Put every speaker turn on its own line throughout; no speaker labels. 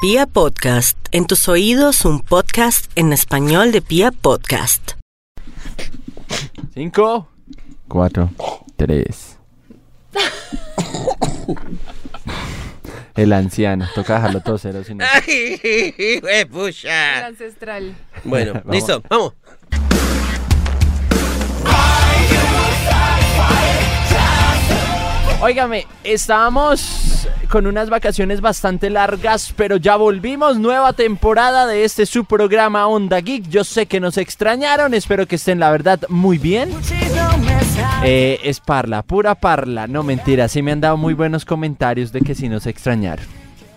Pia Podcast, en tus oídos un podcast en español de Pia Podcast.
5, 4, 3. El anciano, toca dejarlo todo cero. Si no.
El
¡Huepucha!
ancestral.
Bueno,
Vamos.
listo, vamos.
Óigame, estábamos con unas vacaciones bastante largas, pero ya volvimos. Nueva temporada de este su programa Onda Geek. Yo sé que nos extrañaron, espero que estén la verdad muy bien. Eh, es parla, pura parla. No mentira, sí me han dado muy buenos comentarios de que sí nos extrañaron.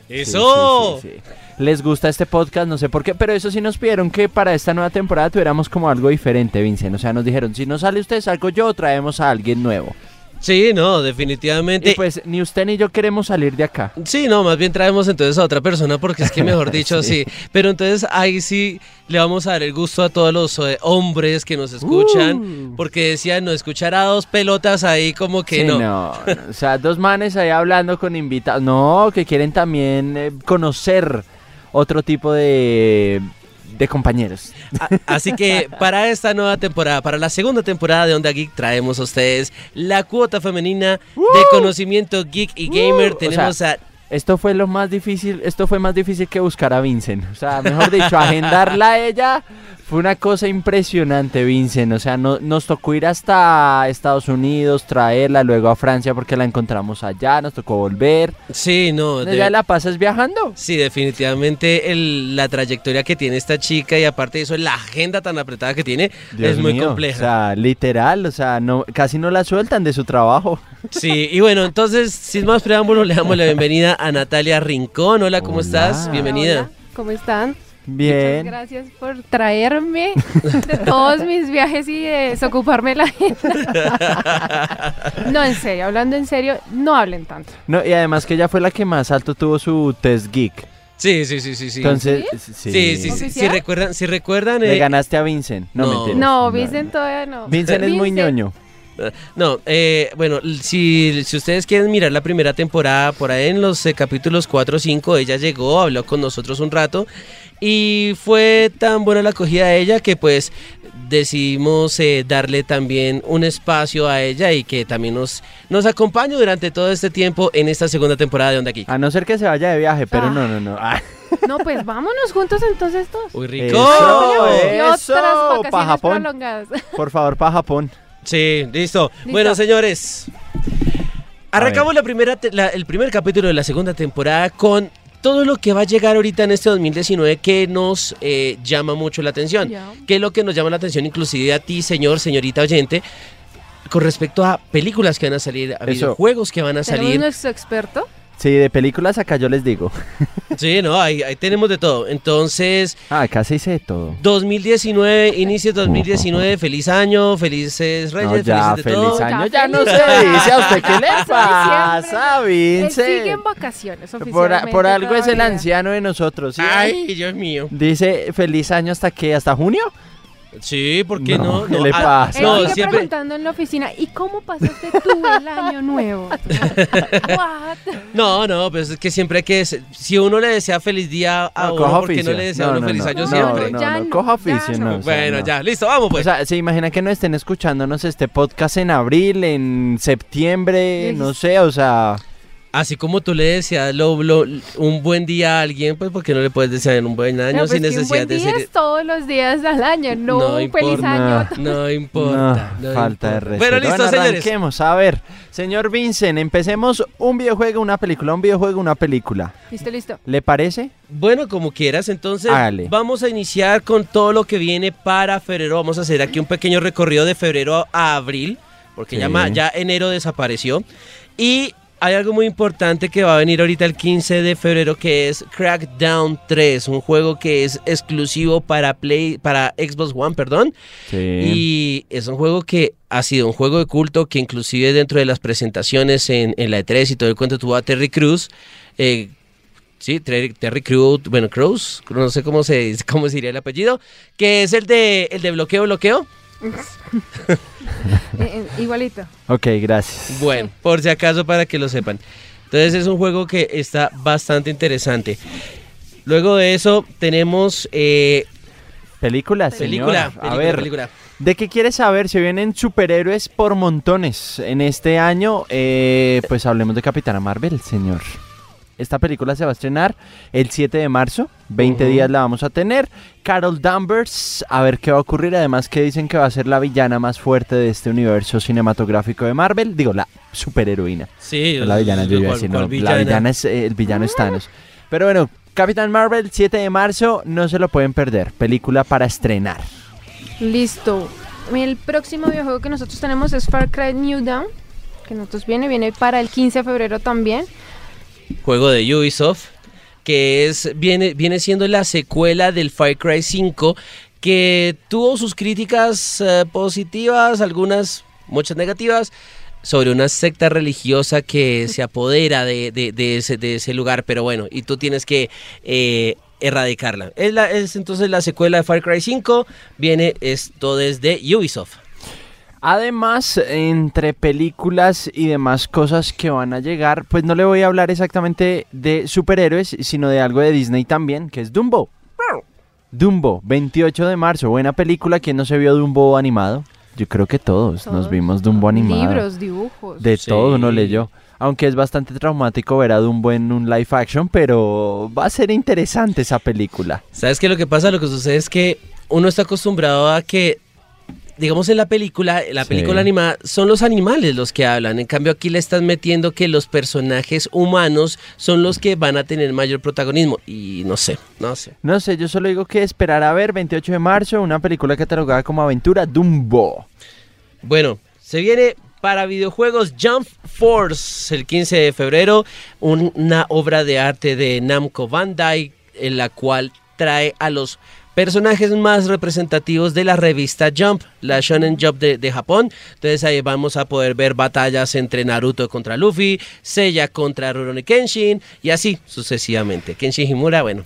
Sí,
¡Eso!
sí, sí, sí. Les gusta este podcast, no sé por qué, pero eso sí nos pidieron que para esta nueva temporada tuviéramos como algo diferente, Vincent. O sea, nos dijeron, si no sale usted, salgo yo, traemos a alguien nuevo.
Sí, no, definitivamente.
Y pues ni usted ni yo queremos salir de acá.
Sí, no, más bien traemos entonces a otra persona porque es que mejor dicho, sí. Pero entonces ahí sí le vamos a dar el gusto a todos los eh, hombres que nos escuchan
Uh.
porque decían no escuchar a dos pelotas ahí como que
Sí,
no.
no, no. O sea, dos manes ahí hablando con invitados. No, que quieren también eh, conocer otro tipo de, de compañeros.
A- Así que para esta nueva temporada, para la segunda temporada de Onda Geek, traemos a ustedes la cuota femenina de conocimiento geek y gamer.
Uh, o
Tenemos a...
Esto fue lo más difícil, esto fue más difícil que buscar a Vincent. O sea, mejor dicho, agendarla a ella fue una cosa impresionante, Vincent. O sea, no- nos tocó ir hasta Estados Unidos, traerla, luego a Francia porque la encontramos allá, nos tocó volver.
Sí, no. Pues de-
¿Ya la pasas viajando?
Sí, definitivamente el- la trayectoria que tiene esta chica y aparte de eso, la agenda tan apretada que tiene es muy compleja.
O sea, literal, o sea, no, casi no la sueltan de su trabajo.
Sí, y bueno, entonces, sin más preámbulos, le damos la bienvenida a Natalia Rincón. Hola, ¿cómo
Hola.
estás? Bienvenida.
Hola, ¿Cómo están? Muchas
Bien.
gracias por traerme de todos mis viajes y desocuparme la agenda. No, en serio, hablando en serio, no hablen tanto.
No, y además que ella fue la que más alto tuvo su test geek.
Sí, sí, sí, sí, sí.
Entonces, sí,
sí, sí, sí.
¿Oficial?
Si recuerdan, si recuerdan,
Le
eh,
ganaste a Vincent. No,
No.
mentiras.
No, Vincent todavía no.
Vincent es muy ñoño.
No, eh, bueno, l- si, si ustedes quieren mirar la primera temporada, por ahí en los eh, capítulos 4 o 5, ella llegó, habló con nosotros un rato y fue tan buena la acogida de ella que pues decidimos eh, darle también un espacio a ella y que también nos, nos acompañe durante todo este tiempo en esta segunda temporada de Onda Geek.
A no ser que se vaya de viaje, pero
Ah.
no, no, no. Ah,
No, pues vámonos juntos entonces todos.
Uy,
Eso.
rico.
Vámonos. Y
¡Oh, eso,
otras vacaciones
pa' Japón.
prolongadas.
por favor, para Japón.
Sí, listo. Bueno, señores, arrancamos la primera te- la- el primer capítulo de la segunda temporada con todo lo que va a llegar ahorita en este 2019 que nos eh, llama mucho la atención.
Ya.
Que es lo que nos llama la atención, inclusive a ti, señor, señorita oyente, con respecto a películas que van a salir, a
Eso.
videojuegos que van a
Tenemos
salir.
nuestro experto.
Sí, de películas acá yo les digo.
Sí, no, ahí, ahí tenemos de todo. Entonces,
Ah, acá se hice de todo.
2019, inicio de 2019, feliz año, felices Reyes,
No, ya,
felices de
feliz
todo.
año.
Ya,
Ya no se
feliz año.
dice a usted qué le
Eso
pasa,
Él sigue en
Vincent.
vacaciones
Por, a-
oficialmente.
por algo es el
todavía.
anciano de nosotros. ¿sí?
Ay, Dios mío.
Dice feliz año hasta qué, hasta junio.
Sí, ¿por qué no?
No, ¿qué
No,
le
ah,
pasa?
Él
no,
sigue
siempre.
preguntando en la oficina, ¿y cómo pasaste tú el año nuevo? What?
No, no, pues es que siempre hay que. se- Si uno le desea feliz día a
No,
uno, Ah, ¿por qué no le desea a uno feliz año
No,
siempre?
No,
Ya
no,
no,
coja
ya
oficio,
no.
no. o sea,
bueno,
no.
ya, listo, vamos
O
pues.
sea, se imagina que no estén escuchándonos este podcast en abril, en septiembre, no sé, o sea,
Así como tú le deseas lo- lo- un buen día a alguien, pues ¿por qué no le puedes desear un buen año
No, pues
sin
que un
necesidad
buen
de
día
ser.
es todos los días al año, no,
No
un feliz
importa.
año.
No importa.
no,
no
falta de
importa.
respeto.
Bueno, listo, señores.
arranquemos. A ver, señor Vincent, empecemos un videojuego, una película, un videojuego, una película.
Listo, listo.
¿Le parece?
Bueno, como quieras, entonces
Hágale.
vamos a iniciar con todo lo que viene para febrero. Vamos a hacer aquí un pequeño recorrido de febrero a abril, porque ya,
Sí.
ma- ya enero desapareció. Y hay algo muy importante que va a venir ahorita el 15 de febrero, que es Crackdown 3, un juego que es exclusivo para, Play, para Xbox One, perdón.
Sí.
Y es un juego que ha sido un juego de culto que inclusive dentro de las presentaciones en, en la E3 y todo el cuento tuvo a Terry Cruz. eh, sí, Terry, Terry Cruz, bueno, Cruz, no sé cómo se, cómo se diría el apellido, que es el de, el de bloqueo, bloqueo.
Eh, eh, igualito.
Ok, gracias.
Bueno, por si acaso para que lo sepan. Entonces es un juego que está bastante interesante. Luego de eso tenemos eh,
Películas, señor.
película,
A
película,
ver,
película.
¿de qué quieres saber? Se vienen superhéroes por montones en este año. eh, pues hablemos de Capitana Marvel, señor. Esta película se va a estrenar el 7 de marzo. 20
Ujú.
días la vamos a tener. Carol Danvers, a ver qué va a ocurrir. Además que dicen que va a ser la villana más fuerte de este universo cinematográfico de Marvel. Digo, la superheroína.
Sí,
No la villana, yo iba a
¿cuál-
decir,
cuál
no,
villana?
La villana es, eh, el villano es Thanos. Pero bueno, Capitán Marvel, 7 de marzo, no se lo pueden perder. Película para estrenar.
Listo. El próximo videojuego que nosotros tenemos es Far Cry New Dawn, que nosotros viene, viene para el 15 de febrero también.
juego de Ubisoft, que es viene, viene siendo la secuela del Far Cry 5, que tuvo sus críticas eh, positivas, algunas, muchas negativas, sobre una secta religiosa que se apodera de, de- de ese, de ese lugar, pero bueno, y tú tienes que... eh, erradicarla. Es, la- es entonces la secuela de Far Cry 5, viene esto desde Ubisoft.
Además, entre películas y demás cosas que van a llegar, pues no le voy a hablar exactamente de superhéroes, sino de algo de Disney también, que es Dumbo. Dumbo, 28 de marzo, buena película. ¿Quién no se vio Dumbo animado? Yo creo que todos, nos
Todos.
vimos Dumbo animado.
Libros, dibujos.
De
Sí.
todo uno leyó. Aunque es bastante traumático ver a Dumbo en un live action, pero va a ser interesante esa película.
¿Sabes qué? Lo que pasa, lo que sucede es que uno está acostumbrado a que, digamos, en la película, en la
Sí.
película animada, son los animales los que hablan. En cambio, aquí le están metiendo que los personajes humanos son los que van a tener mayor protagonismo. Y no sé, no sé.
No sé, yo solo digo que esperar a ver 28 de marzo una película catalogada como aventura, Dumbo.
Bueno, se viene para videojuegos Jump Force el 15 de febrero, un- una obra de arte de Namco Bandai, en la cual trae a los personajes más representativos de la revista Jump, la Shonen Jump de, de Japón. Entonces ahí vamos a poder ver batallas entre Naruto contra Luffy, Seiya contra Rurouni Kenshin y así sucesivamente. Kenshin Himura, bueno,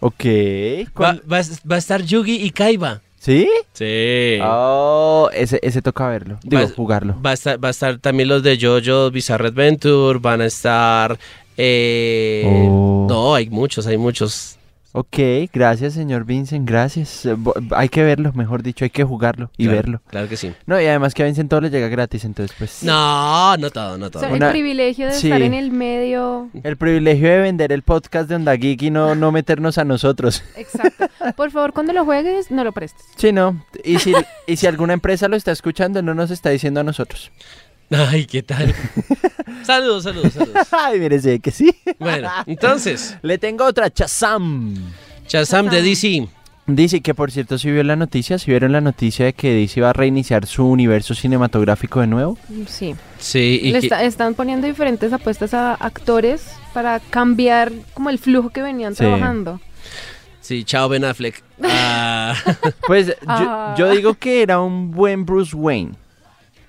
Ok.
va,
¿cuál-
va a- va a estar Yugi y Kaiba.
¿Sí?
Sí.
Oh, ese, ese toca verlo. Digo,
Vas-
jugarlo.
Va a, estar, va a estar también los de JoJo, Bizarre Adventure, van a estar... eh,
Oh.
No, hay muchos, hay muchos.
Ok, gracias, señor Vincent, gracias. Eh, bo- Hay que verlo, mejor dicho, hay que jugarlo y
Claro,
verlo.
Claro que sí.
No, y además que a Vincent todo le llega gratis, entonces pues...
No, no todo, no
O
todo.
sea,
Una-
El privilegio de
Sí.
estar en el medio.
El privilegio de vender el podcast de Onda Geek y no, no meternos a nosotros.
Exacto. Por favor, cuando lo juegues, no lo prestes.
Sí, no. Y si, y si alguna empresa lo está escuchando, no nos está diciendo a nosotros.
Ay, ¿qué tal? saludos, saludos, saludos.
Ay, mire, sí, que sí.
Bueno, entonces,
Le tengo otra, Chazam.
Shazam de DC.
Dice que por cierto, si vio la noticia, si vieron la noticia de que DC va a reiniciar su universo cinematográfico de nuevo.
Sí.
Sí, y
Le
que-
está- están poniendo diferentes apuestas a actores para cambiar como el flujo que venían
Sí.
trabajando.
sí, chao Ben Affleck. Ah,
Pues yo-
Ah.
yo, digo que era un buen Bruce Wayne.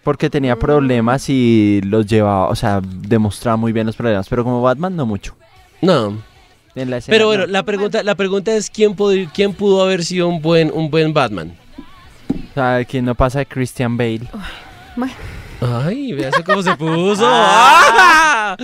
Porque
Mm.
tenía problemas y los llevaba, o sea, demostraba muy bien los problemas. Pero como Batman, no mucho.
no,
En la escena,
pero bueno,
no.
la pregunta, la pregunta es quién, pod- quién pudo haber sido un buen, un buen Batman.
O sea, quien no pasa de Christian Bale.
Bueno.
Ay, veas cómo se puso. ¡Ah!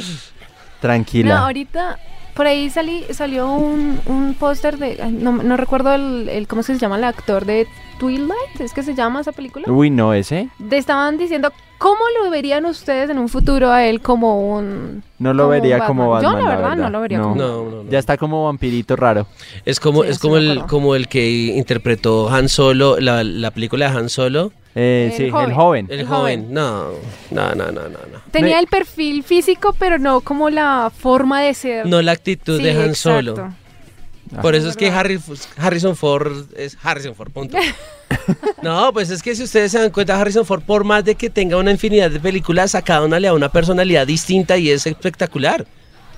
Tranquila.
No, ahorita por ahí salí, salió un, un póster de. ay, No, no recuerdo el, el- cómo es que se llama el actor de Twilight. ¿Es que se llama esa película?
Uy, no, ese.
De- estaban diciendo cómo lo verían ustedes en un futuro a él como un.
No lo
como un
vería como Batman.
Yo, la verdad, no lo vería como Batman.
No, no, no.
Ya está como vampirito raro.
Es como,
Sí,
es
sí
como
me
el,
acuerdo.
como el que interpretó Han Solo, la, la película de Han Solo.
Eh,
El
sí, el
joven.
joven.
El,
El
joven.
joven.
No, no, no, no, no, no.
Tenía
Me-
el perfil físico, pero no como la forma de ser.
No la actitud
Sí,
de Han
exacto.
Solo.
Ah.
Por eso es que Harry, Harrison Ford es Harrison Ford, punto. No, pues es que si ustedes se dan cuenta, Harrison Ford, por más de que tenga una infinidad de películas, a cada una le da una personalidad distinta y es espectacular.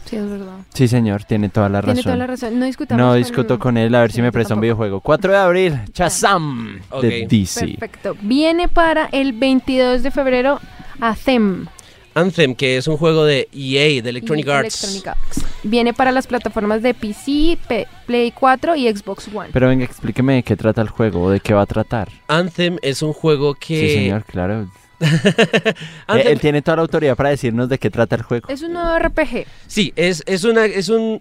Sí, es verdad.
Sí, señor, tiene toda la razón.
Tiene toda la razón. No discutamos.
No discuto con él, a ver si
Sí,
me
yo
presta un
tampoco.
videojuego. 4 de abril, Chazam
Ok.
de DC.
Perfecto. Viene para el 22 de febrero a E Them.
Anthem, que es un juego de EA, de Electronic
y
Arts.
Electronic Arts. Viene para las plataformas de PC, P- Play 4 y Xbox One.
Pero venga, explíqueme de qué trata el juego, de qué va a tratar.
Anthem es un juego que...
Sí, señor, claro. Eh,
Anthem-
él tiene toda la autoridad para decirnos de qué trata el juego.
Es un nuevo RPG.
Sí, es, es una, es un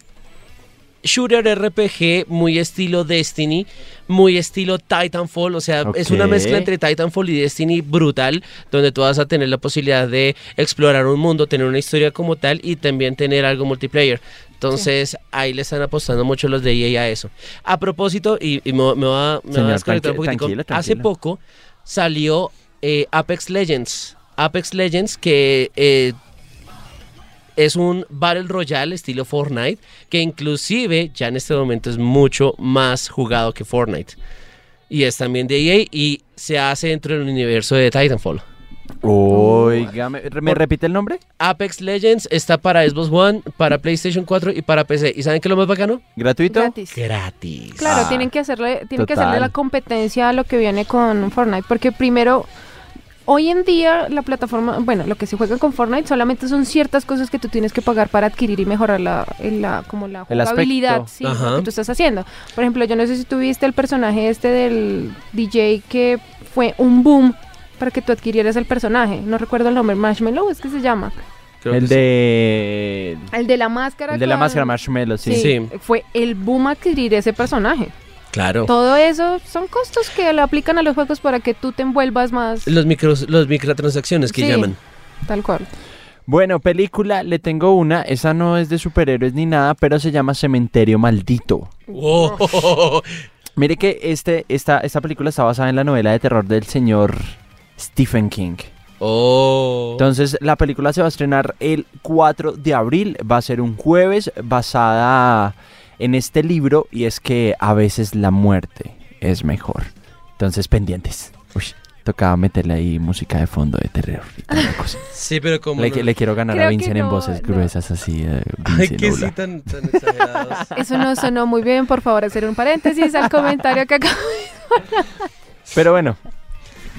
shooter RPG muy estilo Destiny, muy estilo Titanfall, o sea, es una
Ok.
mezcla entre Titanfall y Destiny brutal, donde tú vas a tener la posibilidad de explorar un mundo, tener una historia como tal y también tener algo multiplayer. Entonces ahí le están apostando mucho los de EA a eso. A propósito, y, y me, me va, me va
Señor,
a desconectar
tranqui-
un poquitico,
tranquilo,
hace
tranquilo.
poco salió eh, Apex Legends. Apex Legends que eh, es un Battle Royale estilo Fortnite, que inclusive ya en este momento es mucho más jugado que Fortnite. Y es también de EA y se hace dentro del universo de Titanfall.
Oiga, ¿me, me repite el nombre?
Apex Legends está para Xbox One, para PlayStation 4 y para PC. ¿Y saben qué es lo más bacano?
¿Gratuito?
Gratis.
Gratis.
Claro,
Ah,
tienen que hacerle, tienen que
total.
hacerle la competencia a lo que viene con Fortnite, porque primero hoy en día la plataforma, bueno, lo que se juega con Fortnite solamente son ciertas cosas que tú tienes que pagar para adquirir y mejorar la, en la como la
El aspecto.
jugabilidad sí, lo
Ajá.
que tú estás haciendo. Por ejemplo, yo no sé si tú viste el personaje este del DJ que fue un boom para que tú adquirieras el personaje. No recuerdo el nombre, Marshmallow es que se llama.
Creo
el
que
de...
El de la máscara.
El de la
con-
máscara Marshmallow, sí.
Sí,
Sí.
fue el boom adquirir ese personaje.
sí. Claro.
Todo eso son costos que le aplican a los juegos para que tú te envuelvas más
Los, micros, los microtransacciones que
Sí.
llaman.
tal cual.
Bueno, película, le tengo una. Esa no es de superhéroes ni nada, pero se llama Cementerio Maldito.
Wow.
Mire que este, esta, esta película está basada en la novela de terror del señor Stephen King.
Oh.
Entonces, la película se va a estrenar el 4 de abril. Va a ser un jueves basada en este libro y es que a veces la muerte es mejor. Entonces, pendientes. Uy, tocaba meterle ahí música de fondo de terror y tal cosa.
Sí, pero como.
Le,
no-
le quiero ganar
Creo
a
que
Vincent en
no,
voces
no.
gruesas así. eh,
Ay,
Vincent
qué
Lula.
sí tan, tan exagerados.
Eso no sonó muy bien, por favor, hacer un paréntesis al comentario que acabo.
Pero bueno,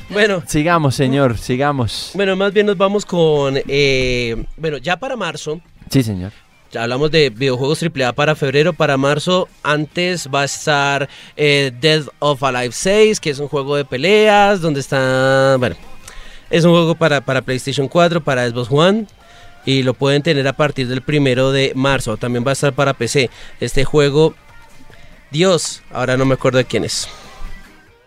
Bueno,
sigamos, señor, sigamos.
bueno, más bien nos vamos con. eh, bueno, ya para marzo.
Sí, señor.
Ya hablamos de videojuegos AAA para febrero, para marzo. Antes va a estar eh, Death of Alive 6, que es un juego de peleas, donde está... Bueno, es un juego para, para PlayStation 4, para Xbox One. Y lo pueden tener a partir del primero de marzo. También va a estar para PC. Este juego... Dios, ahora no me acuerdo de quién es.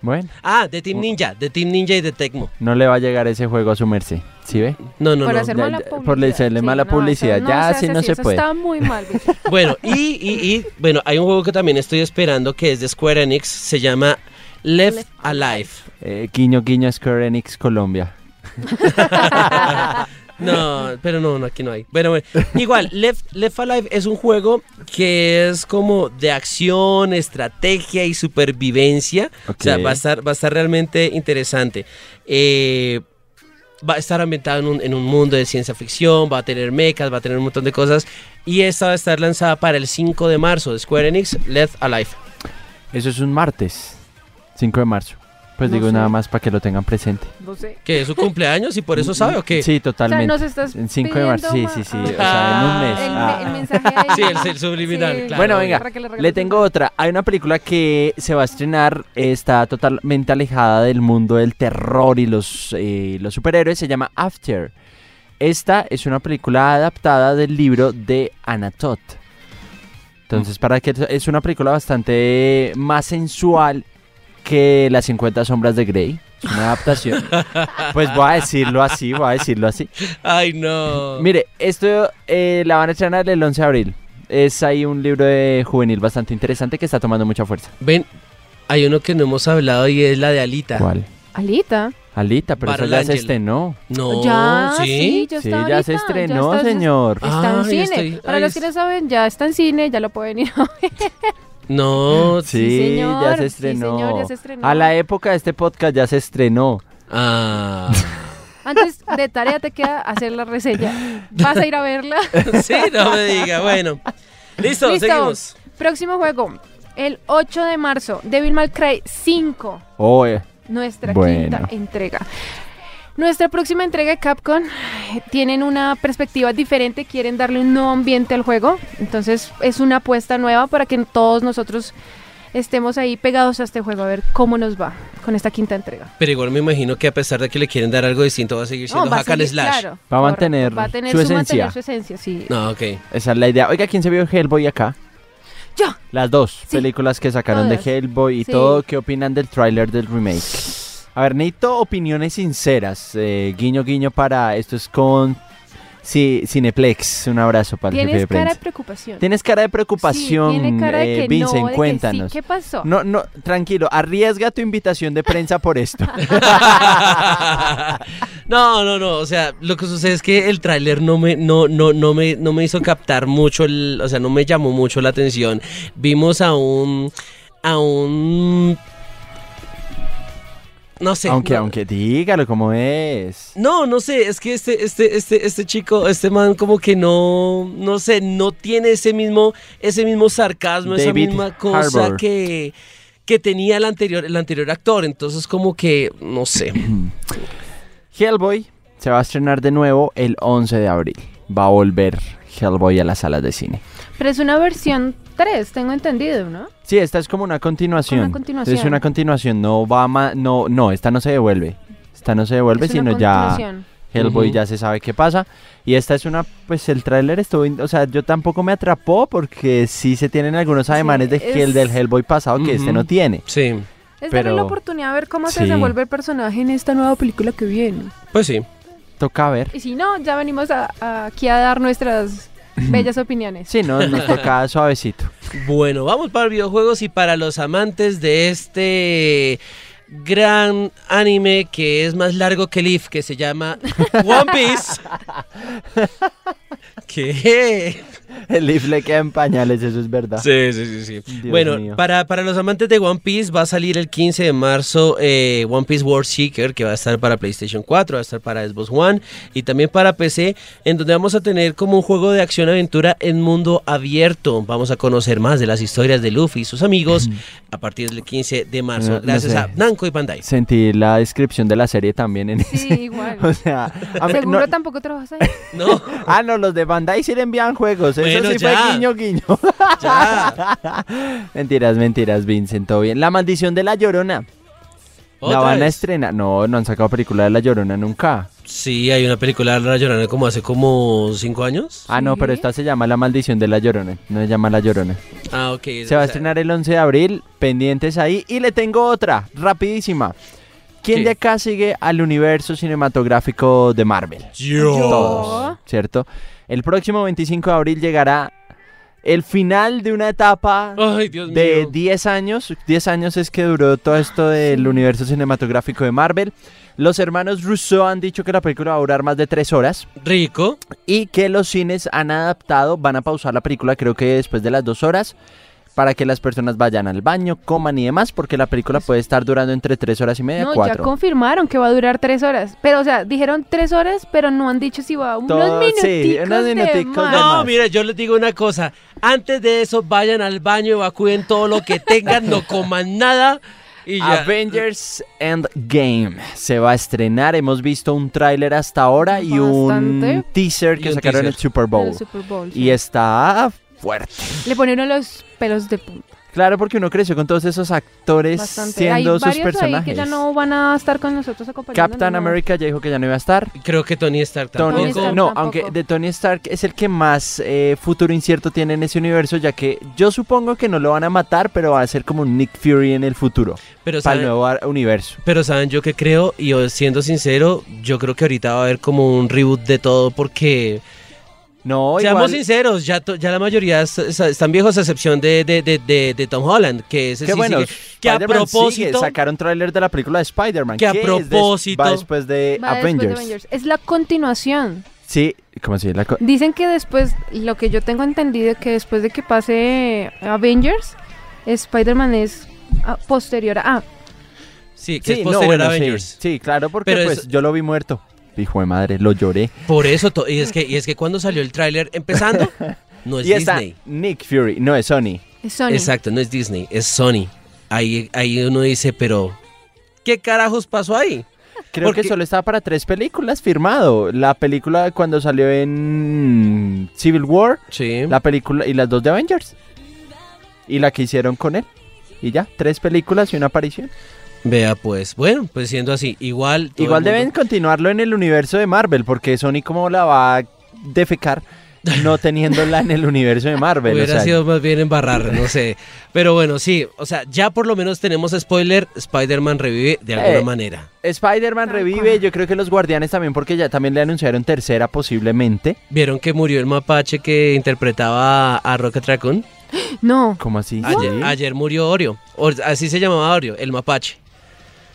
Bueno,
Ah, de Team Ninja, de Team Ninja y de Tecmo.
no le va a llegar ese juego a su merced. ¿Sí ve?
No, no,
por
no.
hacer
ya-
mala
ya- por
publicidad.
hacerle mala publicidad.
eso
Ya, sí,
hace
no
así,
se
eso
puede.
Está muy mal. Vicky.
Bueno, y, y- y, bueno, hay un juego que también estoy esperando que es de Square Enix, se llama Left Alive.
Eh, guiño, guiño, Square Enix, Colombia.
No, pero no, no, aquí no hay. Bueno, bueno. Igual, Left, Left Alive es un juego que es como de acción, estrategia y supervivencia. O sea,
Ok.
va a estar, va a estar realmente interesante. Eh, va a estar ambientado en un, en un mundo de ciencia ficción, va a tener mechas, va a tener un montón de cosas. Y esta va a estar lanzada para el 5 de marzo, Square Enix, Left Alive.
Eso es un martes, 5 de marzo. Pues
No
digo
sé.
nada más para que lo tengan presente.
No sé.
¿Que es su cumpleaños y por eso sabe o qué?
Sí,
O sea,
totalmente.
nos estás
en 5 de marzo, sí,
pidiendo
sí, sí.
ma-
O sea, en un
Ah.
mes.
El,
Ah.
el mensaje ahí.
Sí, el- el subliminal, claro.
Bueno,
obvio.
venga,
Para que
le
regales
tengo otra. Hay una película que se va a estrenar, está totalmente alejada del mundo del terror y los, eh, los superhéroes, se llama After. Esta es una película adaptada del libro de Anatot. Entonces, para que es una película bastante más sensual que las 50 sombras de Grey. Es una adaptación. pues voy a decirlo así, voy a decirlo así.
Ay, no.
Mire, esto eh, la van a estrenar el 11 de abril. Es ahí un libro de juvenil bastante interesante que está tomando mucha fuerza.
Ven, hay uno que no hemos hablado y es la de Alita.
¿Cuál?
Alita.
Alita, pero
Para
eso ya
el
se
ángel.
estrenó.
No,
ya, sí,
sí.
ya
Sí,
está
ya se
ahorita, ya
estrenó,
está-
señor.
Está
Ah,
en
ya
cine.
estoy-
Para
ahí
los que
es-
no saben, ya está en cine, ya lo pueden ir a ver.
No,
Sí,
señor.
ya se
Ah, Sí,
estrenó.
señor, ya se estrenó.
A la época de este podcast ya se estrenó.
Ah.
Antes de tarea te queda hacer la reseña. Vas a ir a verla.
sí, no me diga. Bueno. Listo,
Listo.
seguimos.
Próximo juego. El 8 de marzo, Devil May Cry 5.
Oh, eh,
Nuestra
Bueno.
quinta entrega. Nuestra próxima entrega de Capcom tienen una perspectiva diferente, quieren darle un nuevo ambiente al juego. Entonces es una apuesta nueva para que todos nosotros estemos ahí pegados a este juego, a ver cómo nos va con esta quinta entrega.
Pero igual me imagino que a pesar de que le quieren dar algo distinto, va a seguir siendo
No, va a
hack and
seguir,
slash.
claro,
Va a
correcto,
mantener
va a tener
su
mantener
esencia.
su esencia, sí.
No, ok.
esa es la idea. Oiga, ¿quién se vio Hellboy acá?
Yo.
Las dos
Sí.
películas que sacaron
Todas.
de Hellboy y
Sí.
todo, ¿qué opinan del tráiler del remake? A ver, necesito opiniones sinceras. eh, guiño, guiño para... Esto es con sí, Cineplex. Un abrazo para el jefe
Tienes
de
cara
prensa.
de preocupación.
Tienes cara de preocupación,
Sí, tiene cara de
eh,
que
Vincent,
no, de que sí.
cuéntanos.
¿Qué pasó?
No, no, tranquilo, arriesga tu invitación de prensa por esto.
no, no, no. O sea, lo que sucede es que el tráiler no me, no, no, no me, no me hizo captar mucho, el- o sea, no me llamó mucho la atención. Vimos a un, a un, no sé.
aunque,
no-
aunque dígalo como es.
No, no sé, es que este, este, este, este chico, este man como que no, no sé, no tiene ese mismo, ese mismo sarcasmo, esa
David
misma cosa
Harbour.
que, que tenía el anterior, el anterior actor. Entonces como que, no sé.
Hellboy se va a estrenar de nuevo el 11 de abril. Va a volver Hellboy a las salas de cine.
Pero es una versión 3, tengo entendido, ¿no?
Sí, esta es como una continuación.
Una continuación.
Es una continuación, no va ma- no, no, esta no se devuelve. Esta no se devuelve,
es una
sino ya
continuación.
Hellboy
Ujú.
ya se sabe qué pasa. Y esta es una, pues el tráiler estuvo, in- o sea, yo tampoco me atrapó porque sí se tienen algunos ademanes de que el
es-
del Hellboy pasado que este
Ujú.
no tiene.
Sí,
Es
pero-
darle la oportunidad de ver cómo
Sí.
se desenvuelve el personaje en esta nueva película que viene.
pues sí.
Toca ver.
Y si no, ya venimos a- a- aquí a dar nuestras bellas opiniones.
Sí, no, nos toca suavecito.
Bueno, vamos para videojuegos y para los amantes de este gran anime que es más largo que Leaf, que se llama One Piece. ¿Qué?
El Leaf le queda en pañales, eso es verdad.
Sí, sí, sí, sí.
Dios mío.
bueno, para, para los amantes de One Piece va a salir el 15 de marzo eh, One Piece World Seeker, que va a estar para PlayStation 4, va a estar para Xbox One y también para PC, en donde vamos a tener como un juego de acción-aventura en mundo abierto. Vamos a conocer más de las historias de Luffy y sus amigos a partir del 15 de marzo,
No, no
gracias
sé.
a Namco y Bandai.
Sentí la descripción de la serie también en
Sí,
ese-
igual.
O sea, a mí-
Seguro
no-
tampoco trabajas ahí.
No,
Ah, no, los de Bandai sí le envían juegos. Eso
Bueno,
sí
ya.
fue guiño, guiño.
ya.
mentiras, mentiras, Vincent, todo bien. La maldición de La Llorona. La
¿Otra
van a
vez?
estrenar. No, no han sacado película de La Llorona nunca.
Sí, hay una película de La Llorona como hace como 5 años.
Ah, no,
Sí.
pero esta se llama La maldición de La Llorona. No se llama La Llorona.
Ah, ok.
Se va a
o sea,
estrenar el 11 de abril, pendientes ahí. Y le tengo otra, rapidísima. ¿Quién
¿Qué?
de acá sigue al universo cinematográfico de Marvel?
Yo.
Todos, ¿cierto? El próximo 25 de abril llegará el final de una etapa
Ay, Dios mío.
de 10 años. 10 años es que duró todo esto del universo cinematográfico de Marvel. Los hermanos Russo han dicho que la película va a durar más de 3 horas
Rico.
y que los cines han adaptado, van a pausar la película creo que después de las dos horas para que las personas vayan al baño, coman y demás, porque la película puede estar durando entre tres horas y media,
No, ya
cuatro.
confirmaron que va a durar tres horas. Pero, o sea, dijeron tres horas, pero no han dicho si va a unos
Todo- sí,
minuticos
unos
de
minuticos de
más.
más.
No, mira, yo les digo una cosa. Antes de eso, vayan al baño, evacúen todo lo que tengan, no coman nada. Y ya.
Avengers Endgame se va a estrenar, hemos visto un tráiler hasta ahora y un
Bastante.
teaser que
Y un
sacaron en el
teaser.
Super
Del
Bowl.
Super Bowl, sí.
Y está fuerte.
Le ponieron los pelos de punta.
Claro, porque uno creció con todos esos actores
Bastante. Hay
siendo sus
varios ahí
personajes.
que ya no van a estar con nosotros acompañándonos.
Captain
¿no?
America ya dijo que ya no iba a estar.
Creo que Tony Stark tampoco.
Tony Stark,
Stark
no,
tampoco.
aunque de Tony Stark es el que más eh, futuro incierto tiene en ese universo, ya que yo supongo que no lo van a matar, pero va a ser como un Nick Fury en el futuro,
Pero
para el
saben,
nuevo ar- universo.
pero saben yo que creo, y yo, siendo sincero, yo creo que ahorita va a haber como un reboot de todo porque...
No,
Seamos
igual,
sinceros, ya, to- ya la mayoría es- es- están viejos a excepción de, de- de- de- de Tom Holland, que es
qué bueno,
que a
Spider-Man sigue,
propósito-
sacaron tráiler de la película de Spider-Man,
Que a
es des-
propósito-
va después de
Va después de
eh, Avengers.
Avengers. Es la continuación.
Sí, como así la co-
Dicen que después, lo que yo tengo entendido, que después de que pase Avengers, Spider-Man es ah, posterior a... Ah,
Sí, que
Sí,
es
no,
posterior
bueno,
a
sí,
Avengers.
Sí, claro, porque
Pero
pues
es-
yo lo vi muerto. Hijo de madre, lo lloré.
Por eso, to- y es, que, y es que cuando salió el tráiler, empezando, no es
y está
Pues Disney.
Nick Fury, no es Sony.
es Sony.
Exacto, no es Disney, es Sony. Ahí, ahí uno dice, pero ¿qué carajos pasó ahí?
Creo
Porque-
que solo estaba para tres películas firmado. La película cuando salió en Civil War,
Sí.
la película y las dos de Avengers. Y la que hicieron con él. Y ya, tres películas y una aparición.
Vea, pues, bueno, pues siendo así, igual. todo
Igual
el mundo-
deben continuarlo en el universo de Marvel, porque Sony como la va a defecar no teniéndola en el universo de Marvel.
Hubiera
o sea,
sido más bien embarrar, no sé. Pero bueno, sí, o sea, ya por lo menos tenemos spoiler, Spider-Man revive de alguna
Eh.
manera.
Spider-Man
Tal
revive,
cual.
yo creo que los guardianes también, porque ya también le anunciaron tercera posiblemente.
¿Vieron que murió el mapache que interpretaba a Rocket Raccoon?
No.
¿Cómo así?
Ayer, ayer murió Oreo, O- así se llamaba Oreo, el mapache.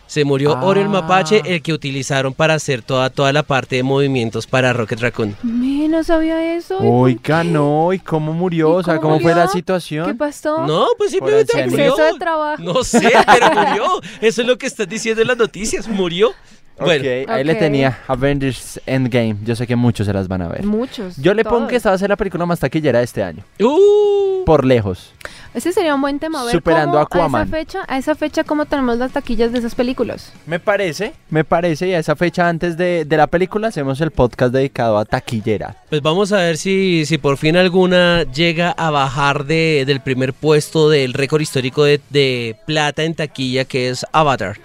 Se murió
Ah.
Oreo el mapache, el que utilizaron para hacer toda, toda la parte de movimientos para Rocket Raccoon.
Me, no sabía eso.
Oiga, no, ¿y cómo murió?
¿Y
o sea, ¿cómo,
cómo
fue la
murió? ¿Qué
situación?
pasó?
No, pues
Por
simplemente
ancianía.
murió.
Exceso de trabajo.
No sé, pero murió. Eso es lo que estás diciendo en las noticias, murió. Bueno,
Ok, ahí le
Ok.
tenía Avengers Endgame. Yo sé que muchos se las van a ver.
Muchos.
Yo le pongo
todos.
que esta va a ser la película más taquillera de este año.
uh,
Por lejos.
Ese sería un buen tema. A ver
Superando
cómo, A
Aquaman.
esa, fecha, a esa fecha, ¿cómo tenemos las taquillas de esas películas?
Me parece. Me parece, y a esa fecha antes de, de la película hacemos el podcast dedicado a taquillera.
Pues vamos a ver si, si por fin alguna llega a bajar de, del primer puesto del récord histórico de, de plata en taquilla que es Avatar.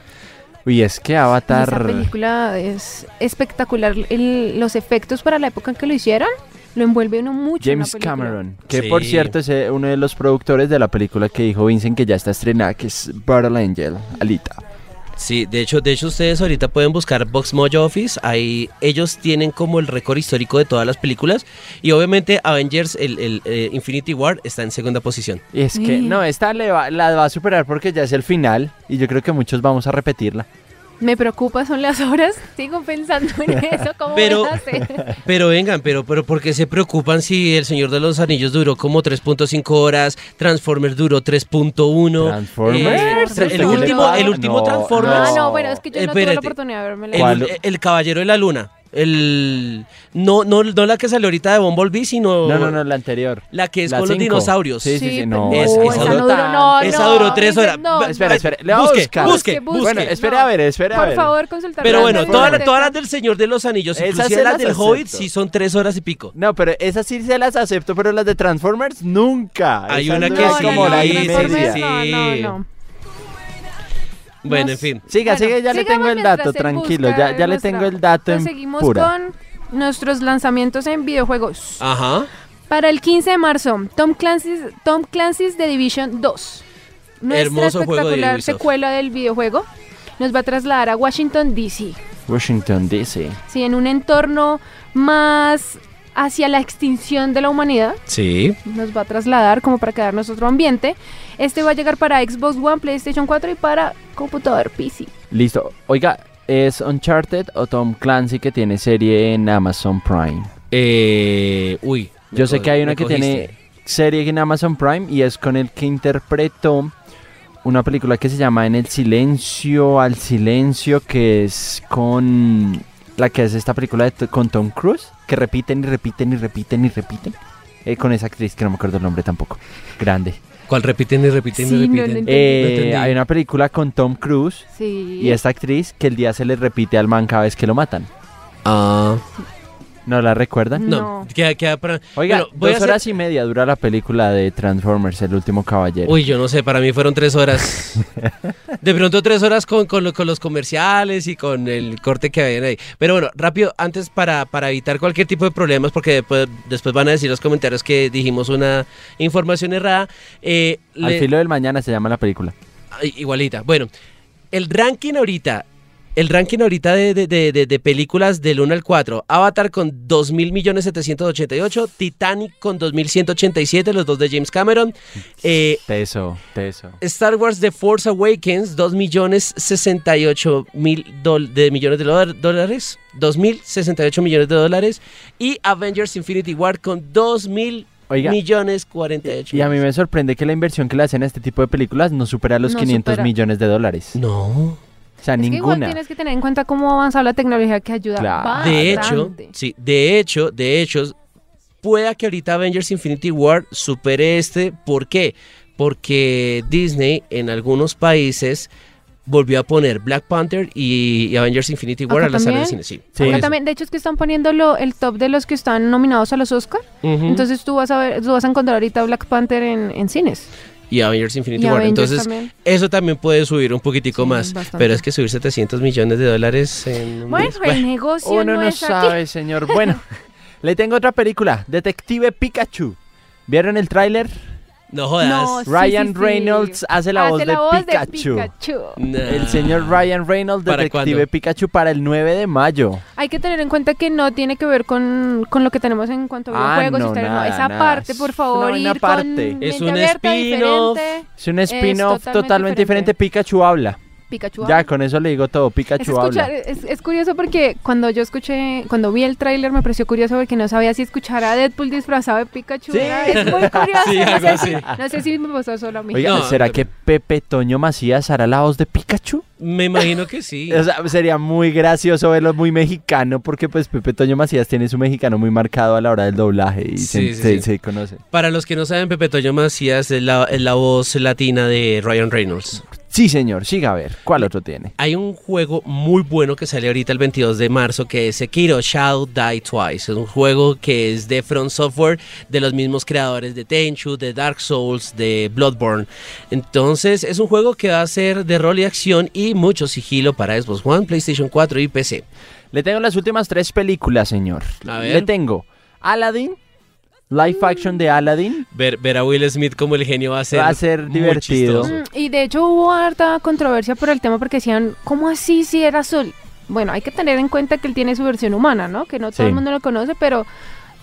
Y es que
Y Esa
Avatar.
película es espectacular. El- los efectos para la época en que lo hicieron lo envuelve uno mucho. en la
James
película.
Cameron, que
Sí.
por cierto es eh, uno de los productores de la película que dijo Vincent que ya está estrenada, que es Battle Angel, Alita.
Sí, de hecho, de hecho ustedes ahorita pueden buscar Box Mojo Office, ahí ellos tienen como el récord histórico de todas las películas y obviamente Avengers, el, el, eh, Infinity War está en segunda posición.
Y es que,
Sí.
no, esta le va- la va a superar porque ya es el final y yo creo que muchos vamos a repetirla.
Me preocupa, son las horas. Sigo pensando en eso. ¿Cómo
Pero-
voy a hacer?
Pero vengan, pero, pero ¿por qué se preocupan si El Señor de los Anillos duró como 3.5 horas, Transformers duró 3.1?
Transformers.
Eh, el
¿Qué le
último,
pasa?
el último
No,
Transformers.
Ah, no, bueno, es que yo no tuve la
Espérate. Eh,
oportunidad de verme
El,
¿Cuál?
el Caballero de la Luna. El no, no, no la que salió ahorita de Bumblebee, sino
No, no, no, la anterior.
la que es
La
con los
cinco.
dinosaurios.
Sí, sí, sí, no.
esa- esa
no
duró-
duró, no,
esa
no,
duró tres
ese-
horas.
no,
Va-
Espera,
Ay,
espera, le voy a
busque,
buscar.
busque,
busque.
Bueno,
busque.
espere
No.
a ver, espere a
Por
ver.
favor, consultar.
Pero bueno,
Transformers.
todas las todas las del Señor de los Anillos,
Esas
inclusive
se
las
las
del Hobbit,
acepto.
sí son tres horas y pico.
No, pero esas sí se las acepto, pero las de Transformers nunca.
Hay
Esas
una
no
que
es
sí,
como la
sí,
inmedia.
sí, sí.
No, no, no.
Bueno,
No
en
sé.
fin.
Siga,
Bueno,
siga, ya le
sigamos
tengo el
mientras
dato,
él
tranquilo,
busca
ya, ya le
nuestra-
tengo el dato
Pues
en
seguimos
pura.
con nuestros lanzamientos en videojuegos.
Ajá.
Para el 15 de marzo, Tom Clancy's, Tom Clancy's The Division 2. Nuestra
Hermoso juego de
espectacular
Ubisoft.
secuela del videojuego nos va a trasladar a Washington, D.C.
Washington DC.
Sí, en un entorno más hacia la extinción de la humanidad.
Sí.
Nos va a trasladar como para quedarnos otro ambiente. Este va a llegar para Xbox One, PlayStation 4 y para computador PC.
Listo. Oiga, ¿es Uncharted o Tom Clancy que tiene serie en Amazon Prime?
Eh, uy. me
Yo sé
co-
que hay una
me
que
cogiste.
tiene serie en Amazon Prime y es con el que interpretó una película que se llama En el silencio al silencio que es con la que hace esta película de t- con Tom Cruise que repiten y repiten y repiten y repiten eh, con esa actriz que no me acuerdo el nombre tampoco grande
¿Cuál repiten y repiten
Sí,
y
no lo
repiten?
entiendo.
Eh,
No entendí.
hay una película con Tom Cruise
Sí.
y esta actriz que el día se le repite al man cada vez que lo matan
Ah.
¿no la recuerdan?
No,
No.
queda, queda para.
Oiga,
Bueno, voy a
dos
hacer-
horas y media dura la película de Transformers, El Último Caballero.
Uy, yo no sé, para mí fueron tres horas. De pronto tres horas con, con lo- con los comerciales y con el corte que habían ahí. Pero bueno, rápido, antes para, para evitar cualquier tipo de problemas, porque después, después van a decir los comentarios que dijimos una información errada. eh,
Al
le-
filo del mañana se llama la película.
Ay, Igualita. Bueno, el ranking ahorita, el ranking ahorita de, de- de- de- de películas del 1 al 4, Avatar con 2.788, Titanic con 2.187, los dos de James Cameron, eh,
Teso, teso.
Star Wars The Force Awakens, 2 millones 68 mil dol- de millones de dolar- dólares, 2 mil 68 millones de dólares, y Avengers Infinity War con 2 mil
Oiga,
millones 48
y a mí me sorprende que la inversión que le hacen a este tipo de películas no supera los
No
500
supera.
millones de dólares.
No.
O sea,
Es que igual
ninguna.
tienes que tener en cuenta cómo ha avanzado la tecnología que ayuda.
Claro.
De hecho,
bastante.
sí, de hecho, de hecho, pueda que ahorita Avengers Infinity War supere este. ¿Por qué? Porque Disney en algunos países volvió a poner Black Panther y, y Avengers Infinity War
¿Acá
a la sala de cine.
también?
Sí.
Sí.
por
Acá
eso.
también, de hecho, es que están poniendo lo- el top de los que están nominados a los Oscar.
Ujú.
Entonces tú vas a ver, tú vas a encontrar ahorita Black Panther en, en cines.
y Avengers Infinity
Y
War.
Avengers
Entonces,
también.
eso también puede subir un poquitico
Sí,
más.
bastante.
Pero es que subir 700 millones de dólares en. un
Bueno,
mes,
el negocio
mm, Uno
no,
no
es aquí.
sabe, señor. Bueno, Le tengo otra película, Detective Pikachu. ¿Vieron el tráiler?
No jodas.
No, sí,
Ryan
sí, sí.
Reynolds hace la voz, de, Pikachu.
Nah.
El señor Ryan Reynolds,
¿Para
Detective
cuándo?
Pikachu, para el 9 de mayo.
Hay que tener en cuenta que no tiene que ver con, con lo que tenemos en cuanto a
Ah,
videojuegos y
no,
tal,
nada,
Esa
nada.
parte, por
Es
favor,
una buena
ir
parte.
con
Es
mente
un
abierta,
spin-off.
diferente.
Es un spin-off
Eh, totalmente
totalmente diferente.
diferente.
Pikachu habla.
Pikachu.
Ya,
habla.
con eso le digo todo.
Es,
Pikachu
escuchar-
habla.
es- es curioso porque cuando yo escuché, cuando vi el tráiler me pareció curioso porque no sabía si escuchar a Deadpool disfrazado de Pikachu.
Sí.
era- Es muy curioso.
Sí,
no,
algo
sé
así.
si, no sé si me pasó solo a mí.
Oiga,
No,
¿será
pero-
que Pepe Toño Macías hará la voz de Pikachu?
Me imagino que sí.
O sea, sería muy gracioso verlo muy mexicano porque pues Pepe Toño Macías tiene su mexicano muy marcado a la hora del doblaje y se,
Sí, sí,
se-
sí.
se conoce.
Para los que no saben, Pepe Toño Macías es la, es la voz latina de Ryan Reynolds.
Sí, señor, siga a ver. ¿Cuál otro tiene?
Hay un juego muy bueno que sale ahorita el 22 de marzo que es Sekiro Shall Die Twice. Es un juego que es de Front Software, de los mismos creadores de Tenchu, de Dark Souls, de Bloodborne. Entonces, es un juego que va a ser de rol y acción y mucho sigilo para Xbox One, PlayStation 4 y PC.
Le tengo las últimas tres películas, señor.
A ver.
Le tengo Aladdin, live action de Aladdin.
Ver, ver a Will Smith como el genio va a ser,
Va a ser
muy
divertido.
chistoso.
Mm, Y de hecho hubo harta controversia por el tema porque decían, ¿cómo así si era azul? Bueno, hay que tener en cuenta que él tiene su versión humana, ¿no? Que no todo
Sí.
el mundo lo conoce, pero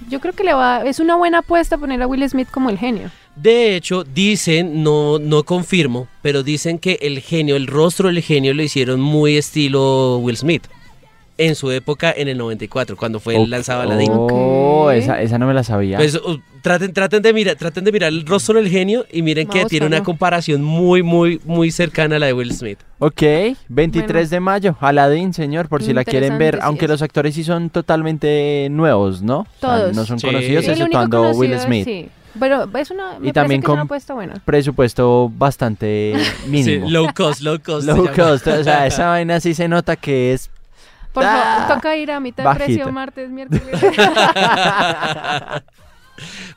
yo creo que le va, es una buena apuesta poner a Will Smith como el genio.
De hecho, dicen, no, no confirmo, pero dicen que el genio, el rostro del genio lo hicieron muy estilo Will Smith. En su época, en el 94, cuando fue
Ok.
él lanzaba Aladdin.
Oh,
Ok.
esa, esa no me la sabía.
Pues, uh, traten, traten, de mirar, traten de mirar el rostro del genio y miren
Va a
que tiene una
buscarlo.
comparación muy, muy, muy cercana a la de Will Smith.
ok, 23 de mayo, Aladdin, señor, por si la quieren ver.
Interesante, sí
aunque
es.
los actores sí son totalmente nuevos, ¿no? O sea,
Todos.
no son
Sí.
conocidos,
Sí, el
exceptuando Will Smith.
Sí. Pero es una, me
Y también
y también que es
con-
una apuesta buena.
Presupuesto bastante mínimo.
Sí, low cost, low cost. se
Low
llama.
cost, o sea, esa vaina sí se nota que es.
Por
Ah,
favor, toca ir a mitad de
bajita.
precio martes, miércoles.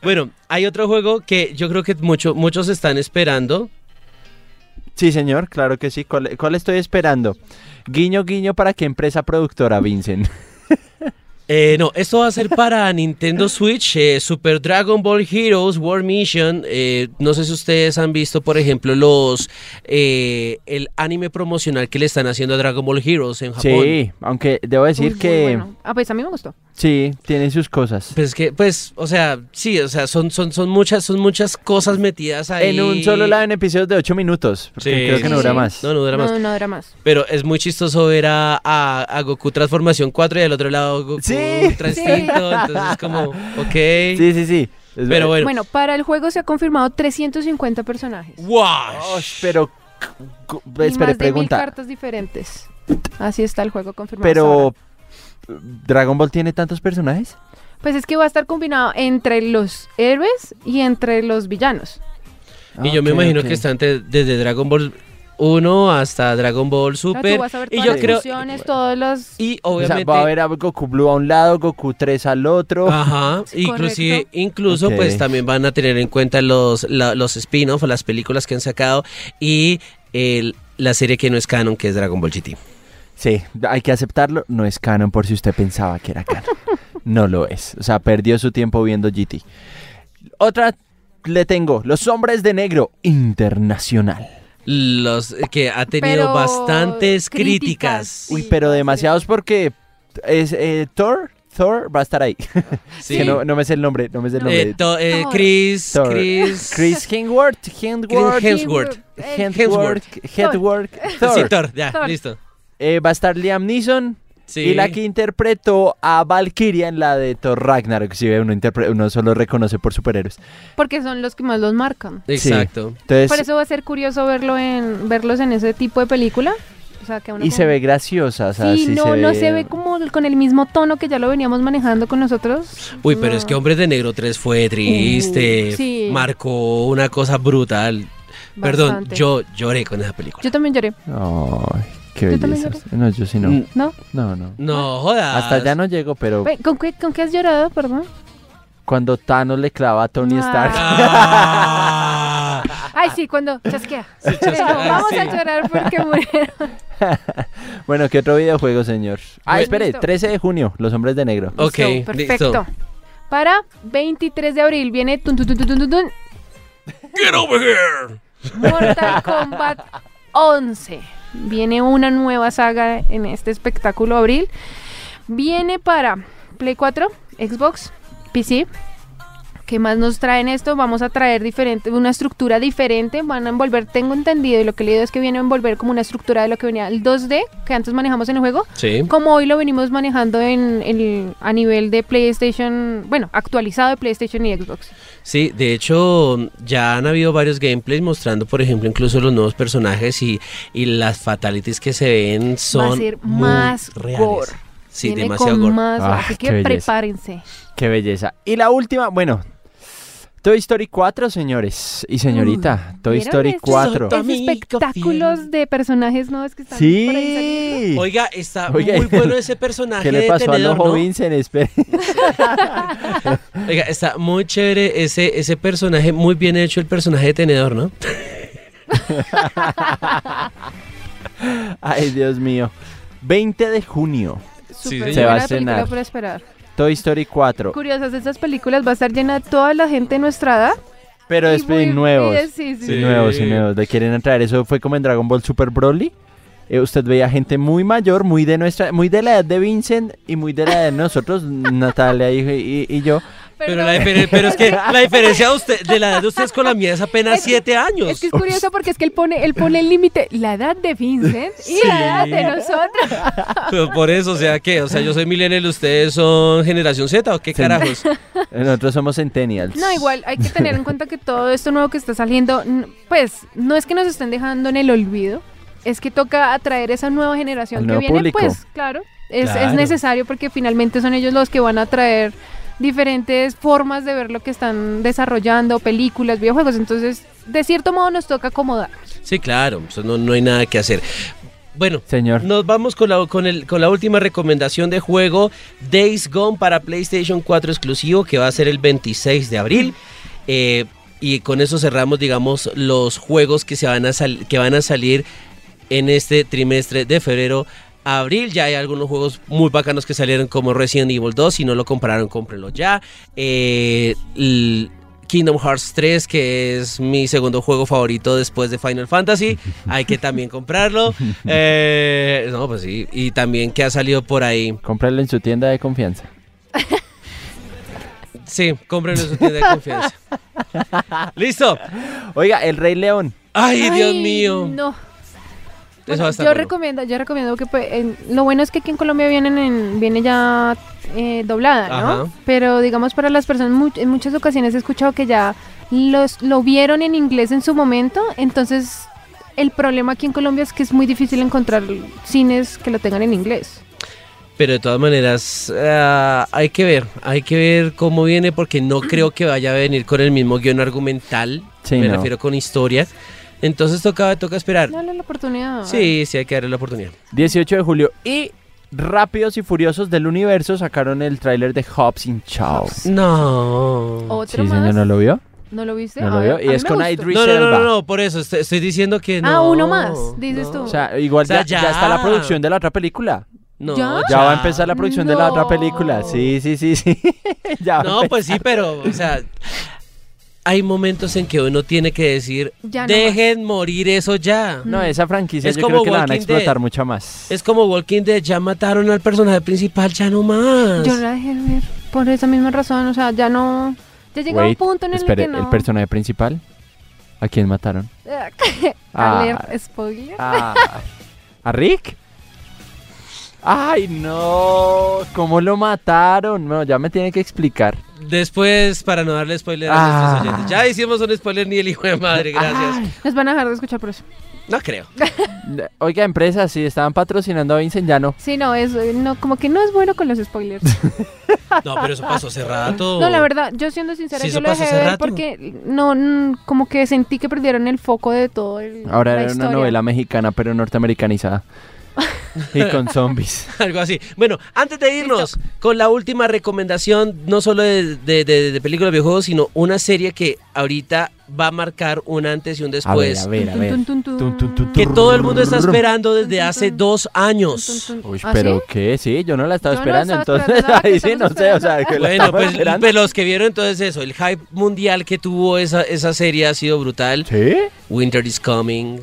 Bueno, hay otro juego que yo creo que mucho, muchos están esperando.
Sí, señor, claro que sí. ¿Cuál, cuál estoy esperando? Guiño, guiño, ¿para qué empresa productora, Vincent?
Eh, no, esto va a ser para Nintendo Switch, eh, Super Dragon Ball Heroes War Mission. eh, no sé si ustedes han visto, por ejemplo, los eh, el anime promocional que le están haciendo a Dragon Ball Heroes en Japón.
Sí, aunque debo
Uy,
decir
muy
que
bueno. Ah, pues a mí me gustó.
sí, tiene sus cosas.
Pues que, pues, o sea, sí, o sea, son, son, son muchas, son muchas cosas metidas ahí.
En un solo lado en episodios de 8 minutos. porque
Sí,
creo que
sí,
no dura
sí.
más.
No, no dura más.
No, no era más.
Pero es muy chistoso ver a, a- a Goku Transformación 4 y al otro lado
Sí.
Goku Transtinto. Entonces es como, ok.
Sí, sí, sí. Es
Pero
verdad.
bueno.
Bueno, para el juego se ha confirmado 350 personajes.
¡Wow!
Osh, Oh, pero. cu- cu-
Y
Espere,
más de mil
pregunta.
cartas diferentes. Así está el juego confirmado. hasta ahora.
Pero. ¿Dragon Ball tiene tantos personajes?
Pues es que va a estar combinado entre los héroes y entre los villanos.
Y yo me
Ok,
imagino
ok.
que están te- desde Dragon Ball 1 hasta Dragon Ball
O sea,
Super.
tú vas a ver
y
todas
yo
las
creo.
fusiones, todos los...
Y
O sea,
obviamente. Ah.
va a haber a Goku Blue a un lado, Goku 3 al otro.
Ajá,
Sí,
inclusive,
correcto.
incluso
Ok.
pues también van a tener en cuenta los, la- los spin-off, las películas que han sacado y el- la serie que no es canon, que es Dragon Ball GT.
Sí, hay que aceptarlo. No es canon por si usted pensaba que era canon. No lo es. O sea, perdió su tiempo viendo GT. Otra le tengo, Los Hombres de Negro Internacional.
Los eh, que ha tenido
Pero
bastantes críticas.
críticas,
Uy,
Sí,
pero
sí.
demasiados porque es eh, Thor, Thor va a estar ahí.
Sí.
Que no, no me sé el nombre, no me sé el nombre.
Eh, to- eh,
Thor.
Chris,
Thor.
Chris,
Chris Hemsworth, Hemsworth,
Chris Hemsworth.
Eh,
Hemsworth, Hemsworth, Thor.
Sí, Thor, ya,
Thor.
listo.
Eh, va a estar Liam Neeson,
Sí.
Y la que interpretó a Valkyria en la de Thor Ragnarok. Si ve, uno, interpre- uno solo reconoce por superhéroes.
porque son los que más los marcan.
Exacto.
Entonces,
Por eso va a ser curioso verlo en verlos en ese tipo de película. O sea, que a uno
y
como-
se ve graciosa. O sea,
sí,
sí
no,
se ve...
no se ve como el- con el mismo tono que ya lo veníamos manejando con nosotros.
Uy, pero es
No.
que Hombres de Negro 3 fue triste.
Uh, sí.
Marcó una cosa brutal. Perdón,
Bastante.
yo lloré con esa película.
Yo también lloré,
Ay, qué
¿Tú también
belleza. No, yo sí no.
Mm, Ah.
¿no?
No, no.
¿Ah?
No, jodas.
Hasta ya no llego, pero
Ve, ¿Con qué, ¿Con qué has llorado, perdón?
cuando Thanos le clava a Tony
Ah.
Stark.
Ah.
Ay, sí, cuando chasquea.
chasquea,
Pero vamos
sí.
a llorar porque murieron.
bueno, ¿qué otro videojuego, señor? Ah,
Bueno.
espere,
Listo.
13 de junio, Los Hombres de Negro.
ok, listo.
Listo, perfecto. para 23 de abril viene tun, tun, tun, tun, tun, tun, tun,
Get over here.
Mortal Kombat 11. Viene una nueva saga en este espectáculo abril. Viene para Play 4, Xbox, PC. ¿Qué más nos traen esto? Vamos a traer diferente, una estructura diferente. Van a envolver, tengo entendido, y lo que he leído es que viene a envolver como una estructura de lo que venía el 2D, que antes manejamos en el juego.
Sí.
Como hoy lo venimos manejando en, en- a nivel de PlayStation, bueno, actualizado de PlayStation y Xbox.
Sí, de hecho ya han habido varios gameplays mostrando, por ejemplo, incluso los nuevos personajes y, y las fatalities que se ven son
ser
muy
más
reales.
gore.
Sí,
Viene
demasiado
con
gore.
más-
Ah,
así
qué
que
belleza.
prepárense.
Qué belleza. Y la última, bueno, Toy Story 4, señores y señorita. Toy
Mm, ¿vieron
Story
esto?
4.
Esto-
Esos
Amigo
espectáculos
fiel.
de personajes no es que están por ahí saliendo.
Sí.
Oiga, está
Oiga,
muy bueno ese personaje
¿Qué le
de
pasó al
Tenedor,
ojo
¿no?
Vincent? Espere.
Oiga, está muy chévere ese, ese personaje, muy bien hecho el personaje de Tenedor, ¿no?
Ay, Dios mío. 20 de junio,
Sí,
Súper
sí.
Se va
buena
a estrenar.
película por esperar.
Toy Story 4.
Curiosas estas películas va a estar llena de toda la gente de nuestra edad.
Pero
Y
es de
muy-
nuevos.
y- sí, sí,
Sí,
Sí.
nuevos, sí, nuevos. Le quieren traer. Eso fue como en Dragon Ball Super Broly. Eh, usted veía gente muy mayor, muy de nuestra, muy de la edad de Vincent y muy de la edad de nosotros, Natalia y, y- y yo.
Pero, la, diferen- pero es que la diferencia de, usted- de la edad de ustedes con la mía es apenas
Es-
siete años.
Es que es curioso porque es que él pone, él pone el límite, la edad de Vincent y la edad
Sí.
de nosotros.
Pero por eso, o sea, ¿qué? O sea, yo soy millennial, ¿ustedes son generación Z o qué
Sí.
carajos?
Nosotros somos Centennials.
No, igual hay que tener en cuenta que todo esto nuevo que está saliendo, n- pues no es que nos estén dejando en el olvido, es que toca atraer esa nueva generación
Al
que
nuevo
viene,
público.
pues claro es, es
Claro.
necesario porque finalmente son ellos los que van a traer diferentes formas de ver lo que están desarrollando, películas, videojuegos, entonces de cierto modo nos toca acomodar.
Sí, claro, eso no, no hay nada que hacer. Bueno,
Señor.
nos vamos con la, con, el, con la última recomendación de juego, Days Gone para PlayStation 4 exclusivo, que va a ser el 26 de abril. Eh, y con eso cerramos, digamos, los juegos que, se van, a sal- que van a salir en este trimestre de febrero. a Abril, ya hay algunos juegos muy bacanos que salieron como Resident Evil 2, si no lo compraron, cómprenlo ya. Eh, l- Kingdom Hearts 3, que es mi segundo juego favorito después de Final Fantasy. Hay que también comprarlo. Eh, no, pues sí. Y también que ha salido por ahí.
Cómpralo en su tienda de confianza.
Sí, cómprenlo en su tienda de confianza. Listo.
Oiga, El Rey León.
Ay, Dios
Ay,
mío.
No.
Eso va a
Bueno,
estar
yo
bueno.
recomiendo, yo recomiendo que pues, en- lo bueno es que aquí en Colombia vienen en- viene ya eh, doblada, ¿no?
Ajá.
Pero digamos para las personas mu- en muchas ocasiones he escuchado que ya los lo vieron en inglés en su momento, entonces el problema aquí en Colombia es que es muy difícil encontrar cines que lo tengan en inglés.
Pero de todas maneras, ah, hay que ver, hay que ver cómo viene, porque no creo que vaya a venir con el mismo guión argumental.
Sí,
me
no.
refiero con historia. Entonces toca, toca esperar.
Dale la oportunidad.
Sí, sí, hay que darle la oportunidad.
18 de julio. Y Rápidos y Furiosos del Universo sacaron el tráiler de Hobbs in Chow.
Hobbs.
No.
Otro
Sí,
más.
señor, ¿no lo vio?
¿No lo viste?
No lo
A
vio.
ver,
Y
a mí
es
me
con
gustó.
Idris
No, no, no,
Elba.
no, no, por eso estoy, estoy diciendo que no.
Ah, uno más, dices tú.
O sea, igual
O sea,
ya,
ya.
ya está la producción de la otra película.
No,
¿Ya?
Ya va a empezar la producción de la otra
No.
película. Sí, sí, sí, sí. ya va a
No, pues sí, pero, o sea, hay momentos en que uno tiene que decir,
Ya no
dejen morir eso ya.
No,
mm.
esa franquicia
Es
yo
como
creo que la van a
Walking Dead.
explotar mucho más.
Es como Walking Dead, ya mataron al personaje principal, ya no más.
Yo la dejé de ver por esa misma razón, o sea, ya no... Ya llegó a un
Wait,
punto en el
espere,
que no...
¿el personaje principal? ¿A quién mataron? Ah.
Alert, spoiler.
Ah, ¿A Rick? ¡Ay, no! ¿Cómo lo mataron? No, ya me tiene que explicar.
Después, para no darle spoiler a
Ah.
nuestros oyentes. Ya hicimos un spoiler ni el hijo de madre, gracias.
Ay.
Nos van a dejar de escuchar por eso.
No creo.
Oiga, empresa, si estaban patrocinando a Vincent, ya no.
Sí, no, es, no, como que no es bueno con los spoilers.
No, pero eso pasó hace rato.
No, la verdad, yo siendo sincera,
Sí,
yo
eso
lo
pasó
dejé de
hace
ver
rato.
porque no, mm, como que sentí que perdieron el foco de todo el,
Ahora
la
era una
historia.
novela mexicana, pero norteamericanizada. y con zombies.
Algo así. Bueno, antes de irnos con la última recomendación, no solo de, de, de- de películas de videojuegos, sino una serie que ahorita va a marcar un antes y un después.
a ver, a ver.
Tun, tun, tun,
Tun,
tun.
tun, tun,
Que
tun.
todo el mundo está esperando
Tun,
desde
tun,
hace
tun.
dos años.
Tun, tun, tun.
Uy,
¿Ah,
pero
sí?
qué, sí, yo no la estaba
Yo no
esperando,
estaba
entonces
esperando, ¿verdad?
ahí
¿Qué
sí, no
estamos
sé, o sea,
esperando?
que la
Bueno,
estaba
pues,
esperando.
pues los que vieron entonces eso, el hype mundial que tuvo esa, esa serie ha sido brutal.
¿Sí?
Winter is coming.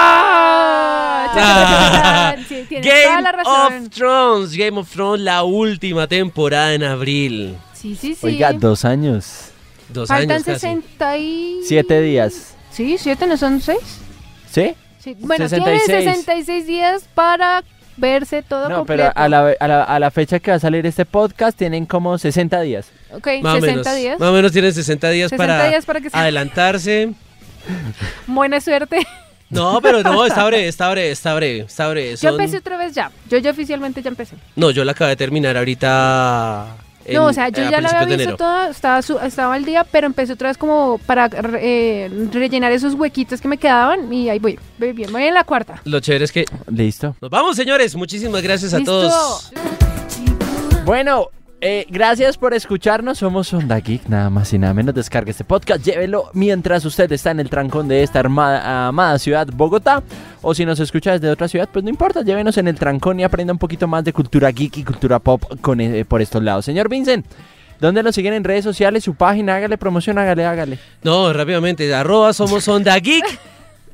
¡Ah!
Cha, cha, cha, cha, cha. Sí, tienes toda
Ah. Game
la
of
razón.
Thrones, Game of Thrones, la última temporada en abril.
Sí, sí, sí.
Oiga, dos años,
Dos
Faltan
años casi.
60 y...
siete días,
Sí, siete, ¿no son seis?
¿sí?
Sí, Bueno,
66.
tiene 66 días para verse todo
No, pero
completo.
a la, a, la, a la fecha que va a salir este podcast tienen como 60 días.
Ok,
Más o
60
menos.
días.
Más o menos tienen 60 días
60
para,
días para que se-
adelantarse.
Buena suerte.
No, pero no, está breve, está breve, está breve, está breve.
Yo
Son-
empecé otra vez ya. Yo ya oficialmente ya empecé.
No, yo la acabé de terminar ahorita. en-
no, o sea, yo
a
ya la
principios de
había visto
enero.
toda, estaba, su- estaba al día, pero empecé otra vez como para eh, rellenar esos huequitos que me quedaban y ahí voy. Voy bien, voy en la cuarta.
Lo chévere es que.
Listo.
Nos vamos, señores. Muchísimas gracias a
¿Listo?
todos.
Bueno, eh, gracias por escucharnos. Somos Onda Geek, nada más y nada menos. Descargue este podcast, llévelo mientras usted está en el trancón de esta armada, amada ciudad, Bogotá. O si nos escucha desde otra ciudad, pues no importa, llévenos en el trancón y aprenda un poquito más de cultura geek y cultura pop con, eh, por estos lados. Señor Vincent, ¿dónde lo siguen en redes sociales? Su página, hágale promoción, hágale, hágale.
No, rápidamente. Arroba somos Onda Geek.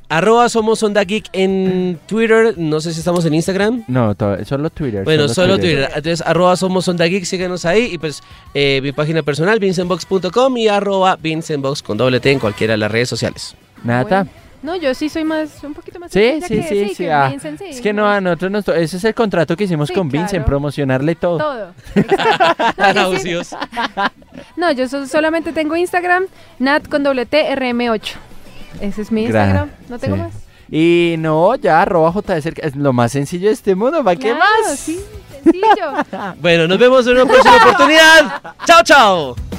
Arroba somos Onda Geek en Twitter. No sé si estamos en Instagram.
No, to- solo Twitter.
Bueno, solo Twitter. Entonces, arroba somos Onda Geek, síguenos ahí. Y pues, eh, mi página personal, vincentbox.com y arroba vincentbox con doble T en cualquiera de las redes sociales.
Nata.
Bueno, no, yo sí soy más, un poquito más.
Sí,
sencilla
sí,
que-
sí, sí.
que
ah,
Vincent, sí,
es que no, a nosotros nos to- Ese es el contrato que hicimos
Sí,
con Vincent,
claro.
promocionarle todo.
Todo. Exacto. No, yo sí-
Ausios.
no, yo so- solamente tengo Instagram, nat con doble T RM8. Ese es mi
Gra-
Instagram. No tengo
sí.
más.
Y no, ya, arroba J de cerca. Es lo más sencillo de este mundo. ¿Para qué
Claro,
más?
Sí, sencillo.
Bueno, nos vemos en una próxima oportunidad. Chao, chao.